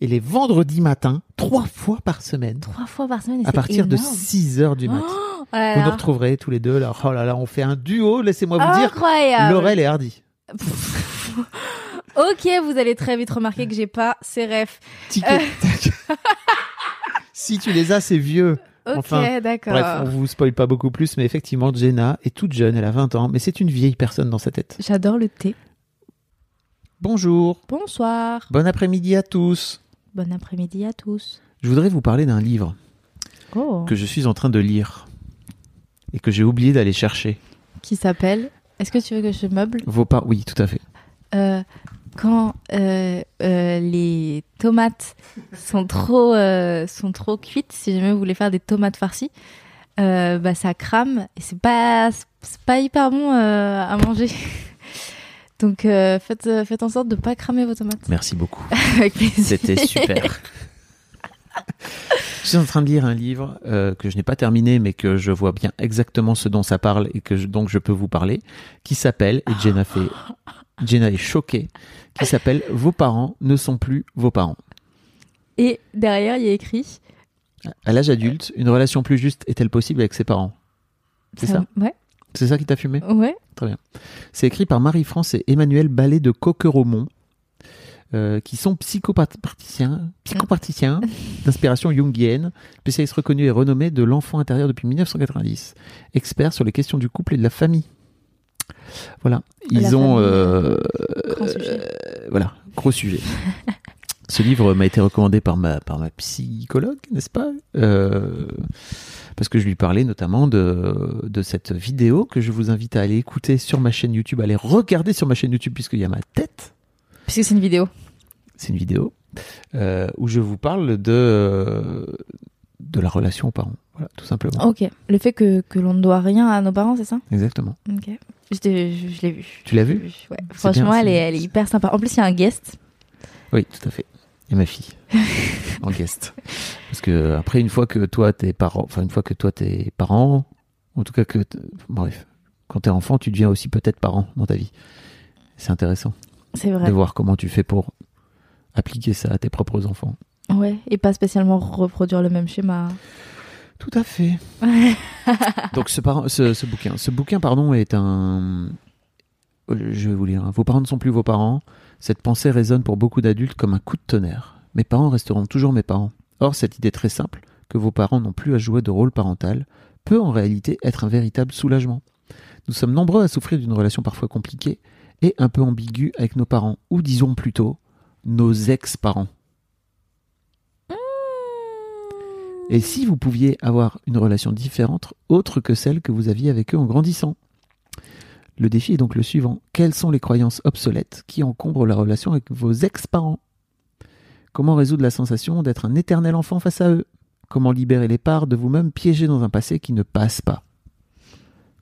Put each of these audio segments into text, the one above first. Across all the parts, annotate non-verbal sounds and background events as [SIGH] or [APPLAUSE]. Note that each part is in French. et les vendredis matins, trois fois par semaine. Trois fois par semaine. et À c'est partir de énorme. 6 heures du matin. Oh là vous nous là. Oh, retrouverez tous les deux. Là. Oh là là, on fait un duo, laissez-moi vous dire. Incroyable. Laurel et Hardy. Pff. ok, vous allez très vite remarquer que j'ai pas ces refs. Tic et tac. [LAUGHS] si tu les as, c'est vieux. Ok, Enfin, Bref, on d'accord. vous spoil pas beaucoup plus, mais effectivement, Jenna est toute jeune, elle a 20 ans, mais c'est une vieille personne dans sa tête. J'adore le thé. Bonjour, Bonsoir. bon après-midi à tous. Bon après-midi à tous. Je voudrais vous parler d'un livre Oh. que je suis en train de lire et que j'ai oublié d'aller chercher. Qui s'appelle Est-ce que tu veux que je meuble Vos pas, oui, tout à fait. Euh, Quand euh, euh, les tomates sont trop, euh, sont trop cuites, si jamais vous voulez faire des tomates farcies, euh, bah ça crame et c'est pas, c'est pas hyper bon euh, à manger. [LAUGHS] Donc euh, faites, faites en sorte de pas cramer vos tomates. Merci beaucoup. Avec plaisir. [LAUGHS] super. Je suis en train de lire un livre euh, que je n'ai pas terminé, mais que je vois bien exactement ce dont ça parle et que je- donc je peux vous parler, qui s'appelle, et Jenna, fait, Jenna est choquée, qui s'appelle Vos parents ne sont plus vos parents. Et derrière, il y a écrit. À l'âge adulte, une relation plus juste est-elle possible avec ses parents C'est ça euh, Ouais, C'est ça qui t'a fumé ouais. C'est écrit par Marie-France et Emmanuel Ballet de Coqueromont, euh, qui sont psychoparticiens, [LAUGHS] psychoparticiens d'inspiration jungienne, spécialistes reconnus et renommés de l'enfant intérieur depuis 1990, experts sur les questions du couple et de la famille. Voilà, ils La ont famille, euh, grand sujet. euh, voilà gros sujet. Ce livre m'a été recommandé par ma par ma psychologue, n'est-ce pas Euh, Parce que je lui parlais notamment de de cette vidéo que je vous invite à aller écouter sur ma chaîne YouTube, à aller regarder sur ma chaîne YouTube puisqu'il y a ma tête Puisque c'est une vidéo. c'est une vidéo euh, où je vous parle de de la relation aux parents. Voilà, tout simplement. Ok. Le fait que, que l'on ne doit rien à nos parents, c'est ça Exactement. Ok. Je, t'ai- je- je l'ai vu. Tu l'as vu Ouais. Franchement, bien, elle, c'est- est, elle est hyper sympa. En plus, il y a un guest. Oui, tout à fait. Et ma fille en guest. Parce que après, une fois que toi tes parents, enfin une fois que toi tes parents, en tout cas que t- bref, quand t'es enfant, tu deviens aussi peut-être parent dans ta vie. C'est intéressant C'est de vrai. voir comment tu fais pour appliquer ça à tes propres enfants. Ouais. Et pas spécialement reproduire le même schéma. Tout à fait. Donc ce, par- ce, ce bouquin, ce bouquin pardon est un. Je vais vous lire. hein. Vos parents ne sont plus vos parents. Cette pensée résonne pour beaucoup d'adultes comme un coup de tonnerre. Mes parents resteront toujours mes parents. Or cette idée très simple que vos parents n'ont plus à jouer de rôle parental peut en réalité être un véritable soulagement. Nous sommes nombreux à souffrir d'une relation parfois compliquée et un peu ambiguë avec nos parents, ou disons plutôt nos ex-parents. Et si vous pouviez avoir une relation différente, autre que celle que vous aviez avec eux en grandissant Le défi est donc le suivant. Quelles sont les croyances obsolètes qui encombrent la relation avec vos ex-parents Comment résoudre la sensation d'être un éternel enfant face à eux Comment libérer les parts de vous-même piégés dans un passé qui ne passe pas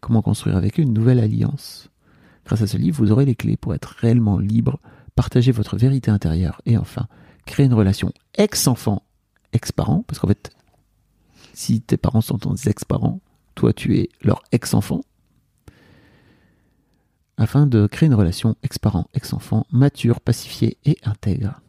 Comment construire avec eux une nouvelle alliance Grâce à ce livre, vous aurez les clés pour être réellement libre, partager votre vérité intérieure et enfin créer une relation ex-enfant, ex-parent, parce qu'en fait, si tes parents sont tes ex-parents, toi tu es leur ex-enfant, afin de créer une relation ex-parent, ex-enfant, mature, pacifiée et intègre.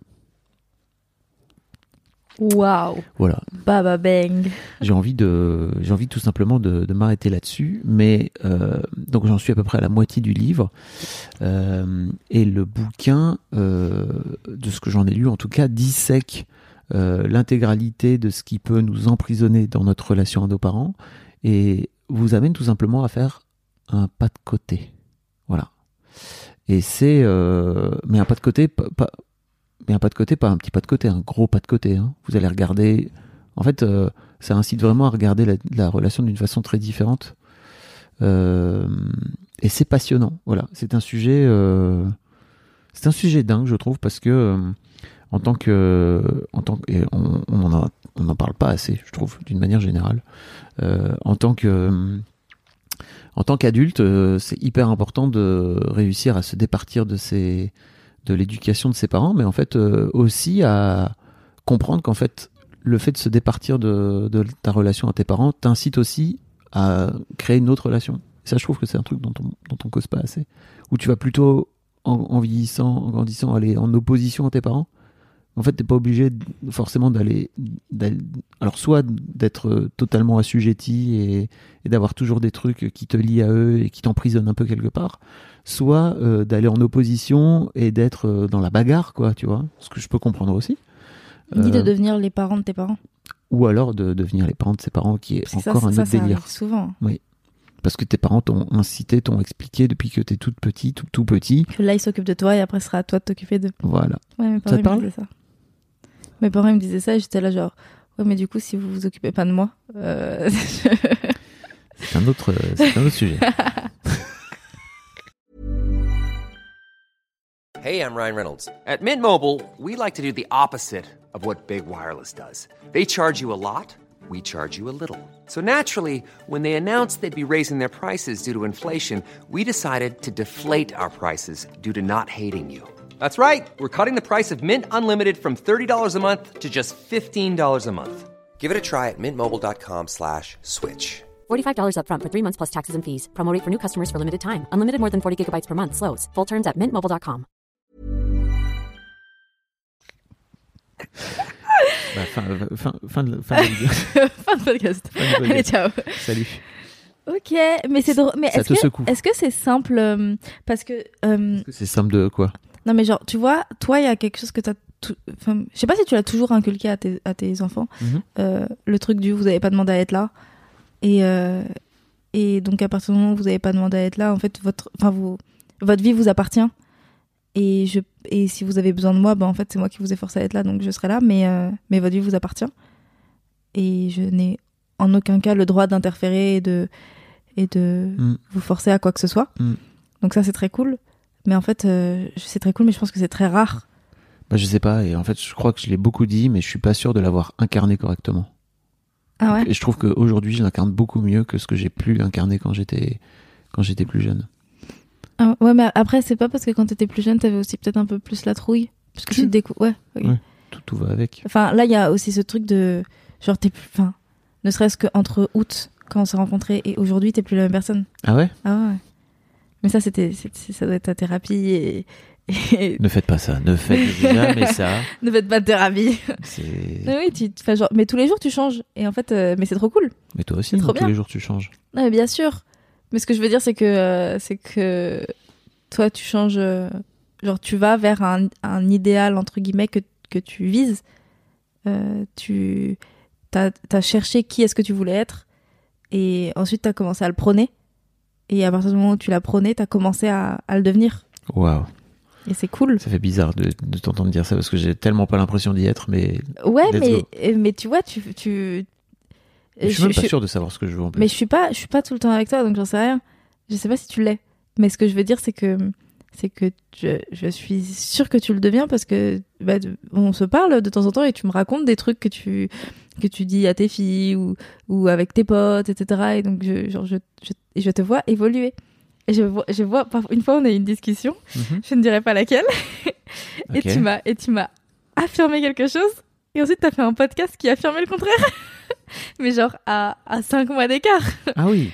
[LAUGHS] Waouh, Voilà. Baba Bang. J'ai envie de, j'ai envie tout simplement de, de m'arrêter là-dessus, mais euh, donc j'en suis à peu près à la moitié du livre Euh, et le bouquin, euh, de ce que j'en ai lu en tout cas, dissèque euh, l'intégralité de ce qui peut nous emprisonner dans notre relation à nos parents et vous amène tout simplement à faire un pas de côté, voilà. Et c'est, euh, mais un pas de côté, pas, pas- mais un pas de côté, pas un petit pas de côté, un gros pas de côté. hein. Vous allez regarder, en fait. euh, ça incite vraiment à regarder la, la relation d'une façon très différente. Euh, et c'est passionnant. Voilà, c'est un sujet, euh, c'est un sujet dingue, je trouve, parce que euh, en tant que, en tant que, et on, on en a- on n'en parle pas assez, je trouve, d'une manière générale. Euh, en tant que, euh, en tant qu'adulte, euh, c'est hyper important de réussir à se départir de ses, de l'éducation de ses parents, mais en fait euh, aussi à comprendre qu'en fait le fait de se départir de, de ta relation à tes parents t'incite aussi à créer une autre relation. Ça, je trouve que c'est un truc dont on, dont on cause pas assez. Où tu vas plutôt, en, en vieillissant, en grandissant, aller en opposition à tes parents. En fait, t'es pas obligé d- forcément d'aller, d'aller- alors soit d'être totalement assujetti et, et d'avoir toujours des trucs qui te lient à eux et qui t'emprisonnent un peu quelque part, soit euh, d'aller en opposition et d'être euh, dans la bagarre, quoi, tu vois. Ce que je peux comprendre aussi. Ni de Euh, devenir les parents de tes parents. ou alors de devenir les parents de ses parents, qui est Parce que encore ça, un ça, autre ça délire. arrive souvent. Parce que tes parents t'ont incité, t'ont expliqué depuis que t'es toute petite, tout, tout petit. Que là, ils s'occupent de toi et après, ce sera à toi de t'occuper d'eux. Voilà. Ouais, mes Ça te parents ils me parle disaient ça. Mes parents ils me disaient ça et j'étais là genre ouais mais du coup si vous vous occupez pas de moi euh, [LAUGHS] C'est un autre, euh, c'est un autre [LAUGHS] sujet. Hey, I'm Ryan Reynolds. At Mint Mobile, we like to do the opposite of what Big Wireless does. They charge you a lot, we charge you a little. So naturally, when they announced they'd be raising their prices due to inflation, we decided to deflate our prices due to not hating you. That's right. We're cutting the price of Mint Unlimited from $30 a month to just $15 a month. Give it a try at mintmobile.com slash switch. $45 upfront for three months plus taxes and fees. Promo rate for new customers for limited time. Unlimited more than 40 gigabytes per month. Slows. Full terms at mintmobile.com. Bah, fin, euh, fin, fin de, fin de vidéo. fin de podcast. Fin de Allez podcast. ciao. [LAUGHS] Salut. Ok mais c'est drôle mais Ça est-ce te que secoue. est-ce que c'est simple euh, parce que euh, C'est simple de quoi non mais genre tu vois toi il y a quelque chose que t'as tou- enfin, je sais pas si tu l'as toujours inculqué à tes à tes enfants Mhm. euh, le truc du vous avez pas demandé à être là et euh, et donc à partir du moment où vous avez pas demandé à être là en fait votre enfin vous votre vie vous appartient et je et si vous avez besoin de moi bah en fait c'est moi qui vous ai forcé à être là donc je serai là mais euh, mais votre vie vous appartient et je n'ai en aucun cas le droit d'interférer et de et de Mm. vous forcer à quoi que ce soit Mm. donc ça c'est très cool mais en fait euh, c'est très cool mais je pense que c'est très rare bah, Je sais pas, et en fait, je crois que je l'ai beaucoup dit, mais je suis pas sûr de l'avoir incarné correctement. ah ouais Et je trouve qu'aujourd'hui, je l'incarne beaucoup mieux que ce que j'ai pu l'incarner quand j'étais quand j'étais plus jeune. Ah, ouais mais après c'est pas parce que quand t'étais plus jeune t'avais aussi peut-être un peu plus la trouille parce que tu te découvres ouais, ok. Ouais. Tout, tout va avec. Enfin, là, il y a aussi ce truc de. Genre, t'es plus. Enfin, ne serait-ce qu'entre août, quand on s'est rencontrés, et aujourd'hui, t'es plus la même personne. Ah ouais Ah ouais. ouais. Mais ça, c'était. c'est- c'est- Ça doit être ta thérapie et. et- [LAUGHS] Ne faites pas ça, ne [LAUGHS] faites jamais ça. ne faites pas de [LAUGHS] thérapie. C'est- Mais oui, tu, enfin, genre, mais tous les jours, tu changes. Et en fait, euh, mais c'est trop cool. Mais toi aussi, hein, C'est trop tous bien. les jours, tu changes. Non, mais bien sûr. Mais ce que je veux dire, c'est que. euh, c'est que. Toi, tu changes. euh, genre, tu vas vers un, un idéal, entre guillemets, que, que tu vises. Euh, tu. T'as as cherché qui est-ce que tu voulais être. Et ensuite, t'as commencé à le prôner. Et à partir du moment où tu l'as prôné, t'as commencé à, à le devenir. Waouh. Et c'est cool. Ça fait bizarre de, de t'entendre dire ça parce que j'ai tellement pas l'impression d'y être, mais Ouais, Let's mais, go. euh, mais tu vois, tu. tu... je suis même je- pas sûr de savoir ce que je veux en plus. Mais je suis pas, je suis pas tout le temps avec toi, donc j'en sais rien. Je sais pas si tu l'es. Mais ce que je veux dire, c'est que, c'est que je, je suis sûre que tu le deviens parce que bah, de- on se parle de temps en temps et tu me racontes des trucs que tu que tu dis à tes filles ou ou avec tes potes, etc. Et donc je genre, je, je, et je te vois évoluer. Et je vois, je vois parfois- une fois on a eu une discussion, Mhm. je ne dirai pas laquelle, [LAUGHS] et Ok. tu m'as et tu m'as affirmé quelque chose. Et ensuite, t'as fait un podcast qui affirmait le contraire. [LAUGHS] Mais genre à, à 5 mois d'écart. Ah oui.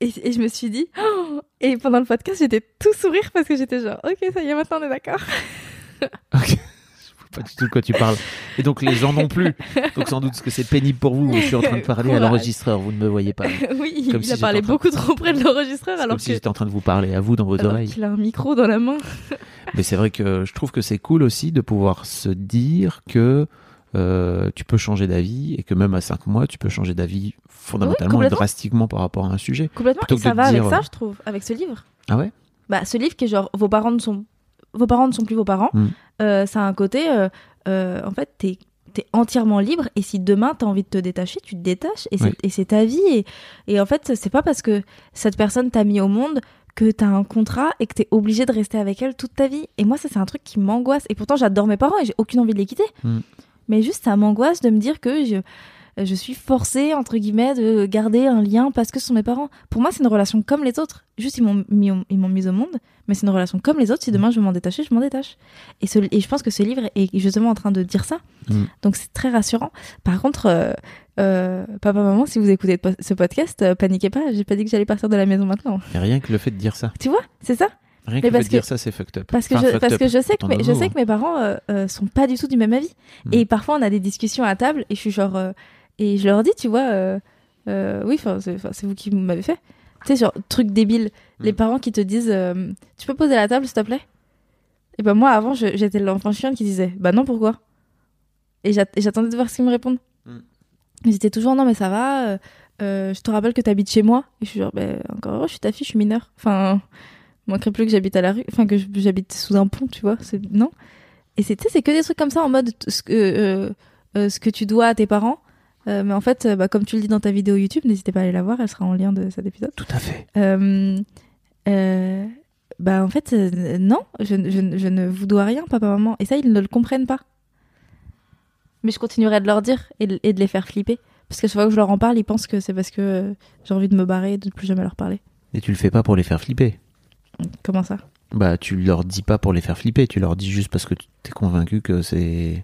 Et, et je me suis dit, [GASPS] Oh et pendant le podcast, j'étais tout sourire parce que j'étais genre, ok, ça y est, maintenant on est d'accord. Ok. Je pouvais pas du tout de quoi tu parles. Et donc les gens non plus. Donc sans doute que c'est pénible pour vous. Je suis en train [LAUGHS] de parler à Courage. l'enregistreur, vous ne me voyez [LAUGHS] pas. C'est oui, Comme il si a j'étais parlé en train de- beaucoup trop près de l'enregistreur alors comme si que- j'étais en train de vous parler à vous dans vos alors oreilles. qu'il a un micro dans la main. Mais c'est vrai que je trouve que c'est cool aussi de pouvoir se dire que euh, tu peux changer d'avis et que même à 5 mois, tu peux changer d'avis fondamentalement et complètement. drastiquement par rapport à un sujet. Complètement, Plutôt et que ça de va dire, avec ça, euh, je trouve, avec ce livre. Ah ouais Bah, ce livre qui est genre, vos parents ne sont, vos parents ne sont plus vos parents. Mm. Euh, ça a un côté, euh, euh, en fait, t'es es entièrement libre. Et si demain t'as envie de te détacher, tu te détaches. Et c'est Oui. et c'est ta vie. Et, et en fait, c'est pas parce que cette personne t'a mis au monde que t'as un contrat et que t'es obligé de rester avec elle toute ta vie. Et moi, ça, c'est un truc qui m'angoisse. Et pourtant, j'adore mes parents et j'ai aucune envie de les quitter. Mm. Mais juste, ça m'angoisse de me dire que je, je suis forcée, entre guillemets, de garder un lien parce que ce sont mes parents. Pour moi, c'est une relation comme les autres. Juste, ils m'ont mis, au- ils m'ont mise au monde, mais c'est une relation comme les autres. Si demain je veux m'en détacher, je m'en détache. Et, ce- et je pense que ce livre est justement en train de dire ça. Mm. Donc, c'est très rassurant. Par contre, euh, euh, papa, maman, si vous écoutez po- ce podcast, euh, paniquez pas. J'ai pas dit que j'allais partir de la maison maintenant. [LAUGHS] Et rien que le fait de dire ça, Tu vois, c'est ça rien que le fait Mais parce de dire que- ça, c'est fucked up. parce que, Enfin, je, fucked parce up. que je sais que Autant mes, d'un je mot, sais hein. que mes parents euh, euh, sont pas du tout du même avis. Mm. Et parfois, on a des discussions à table et je suis genre. euh, et je leur dis, tu vois, euh, euh, oui, 'fin, c'est 'fin, c'est vous qui m'avez fait. Tu sais, genre, truc débile. Les Mm. parents qui te disent euh, Tu peux poser la table, s'il te plaît Et ben moi, avant, je- j'étais l'enfant chiant qui disait Bah non, pourquoi Et j'at- et j'attendais de voir ce qu'ils me répondent. Mm. Ils étaient toujours Non, mais ça va. euh, euh, je te rappelle que t'habites chez moi. Et je suis genre, ben encore heureux, je suis ta fille, je suis mineure. Enfin, manquerait plus que j'habite à la rue, enfin que je- j'habite sous un pont, tu vois. C'est non. Et c'est, tu sais, c'est que des trucs comme ça en mode t- ce que euh, euh, ce que tu dois à tes parents. Euh, mais en fait, euh, bah, comme tu le dis dans ta vidéo YouTube, n'hésitez pas à aller la voir, elle sera en lien de cet épisode. Tout à fait. Euh, euh, bah en fait, euh, non, je, ne- je ne- je ne vous dois rien, papa, maman. Et ça, ils ne le comprennent pas. Mais je continuerai de leur dire et de, et de les faire flipper. Parce que chaque fois que je leur en parle, ils pensent que c'est parce que euh, j'ai envie de me barrer et de ne plus jamais leur parler. Et tu le fais pas pour les faire flipper. Comment ça Bah, tu leur dis pas pour les faire flipper, tu leur dis juste parce que tu t'es convaincu que c'est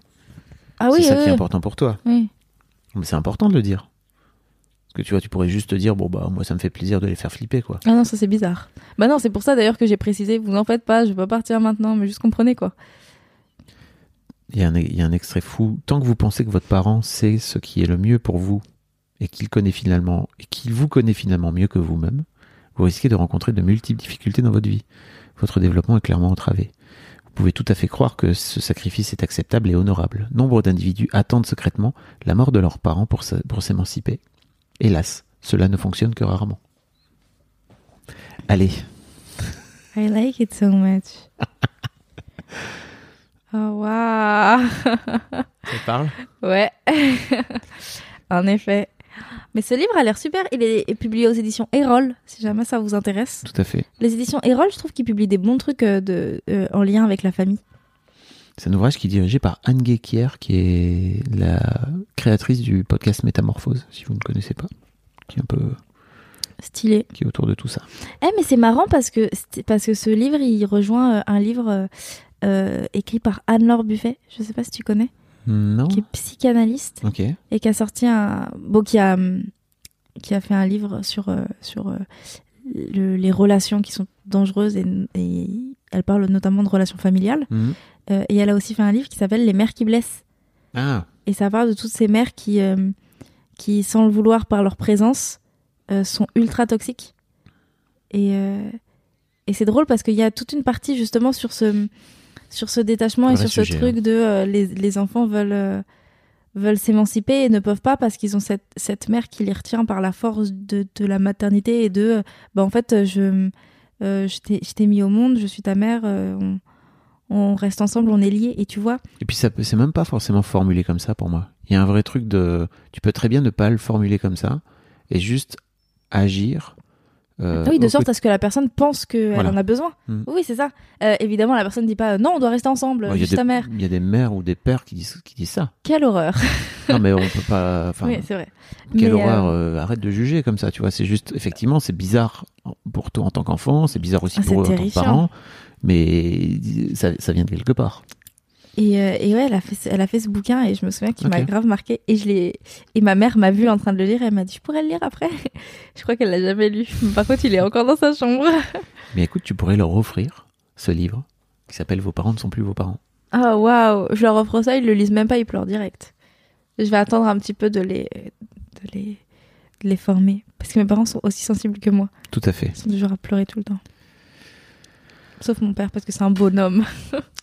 Ah c'est oui, ça qui est oui, important pour toi. oui. Mais c'est important de le dire. Parce que tu vois, tu pourrais juste te dire, bon, bah, moi, ça me fait plaisir de les faire flipper, quoi. Ah non, ça c'est bizarre. Bah non, c'est pour ça d'ailleurs que j'ai précisé, vous en faites pas, je vais pas partir maintenant, mais juste comprenez quoi. Il y, a un, il y a un extrait fou. Tant que vous pensez que votre parent sait ce qui est le mieux pour vous et qu'il connaît finalement et qu'il vous connaît finalement mieux que vous-même, vous risquez de rencontrer de multiples difficultés dans votre vie. Votre développement est clairement entravé. Vous pouvez tout à fait croire que ce sacrifice est acceptable et honorable. Nombre d'individus attendent secrètement la mort de leurs parents pour se- pour s'émanciper. Hélas, cela ne fonctionne que rarement. Allez, I like it so much. [LAUGHS] oh waouh [LAUGHS] ça parle Ouais. [LAUGHS] en effet. Mais ce livre a l'air super, il est publié aux éditions Erol, si jamais ça vous intéresse. Tout à fait. Les éditions Erol, je trouve qu'ils publient des bons trucs euh, de, euh, en lien avec la famille. C'est un ouvrage qui est dirigé par Anne Guéquier, qui est la créatrice du podcast Métamorphose, si vous ne connaissez pas, qui est un peu Stylé. qui est autour de tout ça. Eh, mais c'est marrant parce que, c'est- parce que ce livre, il rejoint euh, un livre euh, euh, écrit par Anne-Laure Buffet, je sais pas si tu connais, Non. qui est psychanalyste Ok. et qui a sorti un. Bon, qui a, hum, qui a fait un livre sur, euh, sur euh, le- les relations qui sont dangereuses et, et elle parle notamment de relations familiales. Mhm. Euh, et elle a aussi fait un livre qui s'appelle Les mères qui blessent. Ah. Et ça parle de toutes ces mères qui, euh, qui sans le vouloir par leur présence, euh, sont ultra toxiques. Et, euh, et c'est drôle parce qu'il y a toute une partie justement sur ce, sur ce détachement et Vrai sur ce sujet, truc de euh, les, les enfants veulent, euh, veulent s'émanciper et ne peuvent pas parce qu'ils ont cette, cette mère qui les retient par la force de, de la maternité et de euh, bah en fait euh, je, euh, je t'ai- je t'ai mis au monde, je suis ta mère, euh, on, on reste ensemble, on est liés et tu vois. Et puis ça peut- c'est même pas forcément formulé comme ça pour moi. Il y a un vrai truc de tu peux très bien ne pas le formuler comme ça et juste agir. euh, Ah oui, de au sorte à ce que la personne pense qu'elle Voilà. en a besoin. Mm. Oui, c'est ça. Euh, évidemment, la personne ne dit pas euh, non, on doit rester ensemble, Bon, il y a juste des- ta mère. Il y a des mères ou des pères qui disent, qui disent ça. Quelle horreur. Non, mais on peut pas. enfin, [LAUGHS] oui, c'est vrai. Quelle Mais, horreur, euh, arrête de juger comme ça, tu vois. C'est juste, effectivement, c'est bizarre pour toi en tant qu'enfant, c'est bizarre aussi Ah, pour eux en c'est tant que terrifiant. parents, mais ça, ça vient de quelque part. Et, euh, et ouais, elle a, fait, ce- elle a fait ce bouquin et je me souviens qu'il m'a Ok. grave marqué. Et, je l'ai- et ma mère m'a vu en train de le lire et elle m'a dit Je pourrais le lire après. [LAUGHS] je crois qu'elle l'a jamais lu. Mais Par contre, il est encore dans sa chambre. [LAUGHS] Mais écoute, tu pourrais leur offrir ce livre qui s'appelle Vos parents ne sont plus vos parents. Ah waouh, je leur offre ça, ils le lisent même pas, ils pleurent direct. Je vais attendre un petit peu de les, de les, de les former. Parce que mes parents sont aussi sensibles que moi. Tout à fait. Ils sont toujours à pleurer tout le temps. Sauf mon père, parce que c'est un bonhomme.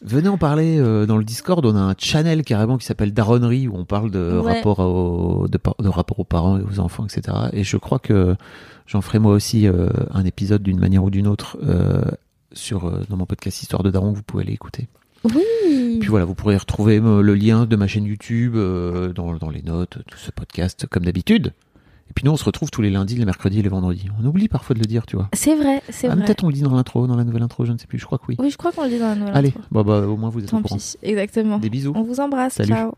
Venez en parler euh, dans le Discord. On a un channel carrément qui s'appelle Daronnerie où on parle de Ouais. rapport au- de, par- de rapport aux parents et aux enfants, etc. Et je crois que j'en ferai moi aussi euh, un épisode d'une manière ou d'une autre euh, sur euh, dans mon podcast Histoire de Daron que vous pouvez aller écouter. Oui. [LAUGHS] Puis voilà, vous pourrez retrouver euh, le lien de ma chaîne YouTube euh, dans, dans les notes de ce podcast comme d'habitude. Et puis nous, on se retrouve tous les lundis, les mercredis et les vendredis. On oublie parfois de le dire, tu vois. C'est vrai, c'est Ah, vrai. Peut-être on le dit dans l'intro, dans la nouvelle intro, je ne sais plus. Je crois que oui. Oui, je crois qu'on le dit dans la nouvelle Allez, intro. bah, bah, au moins vous êtes au Tant courant. pis, exactement. Des bisous. On vous embrasse, Salut. ciao.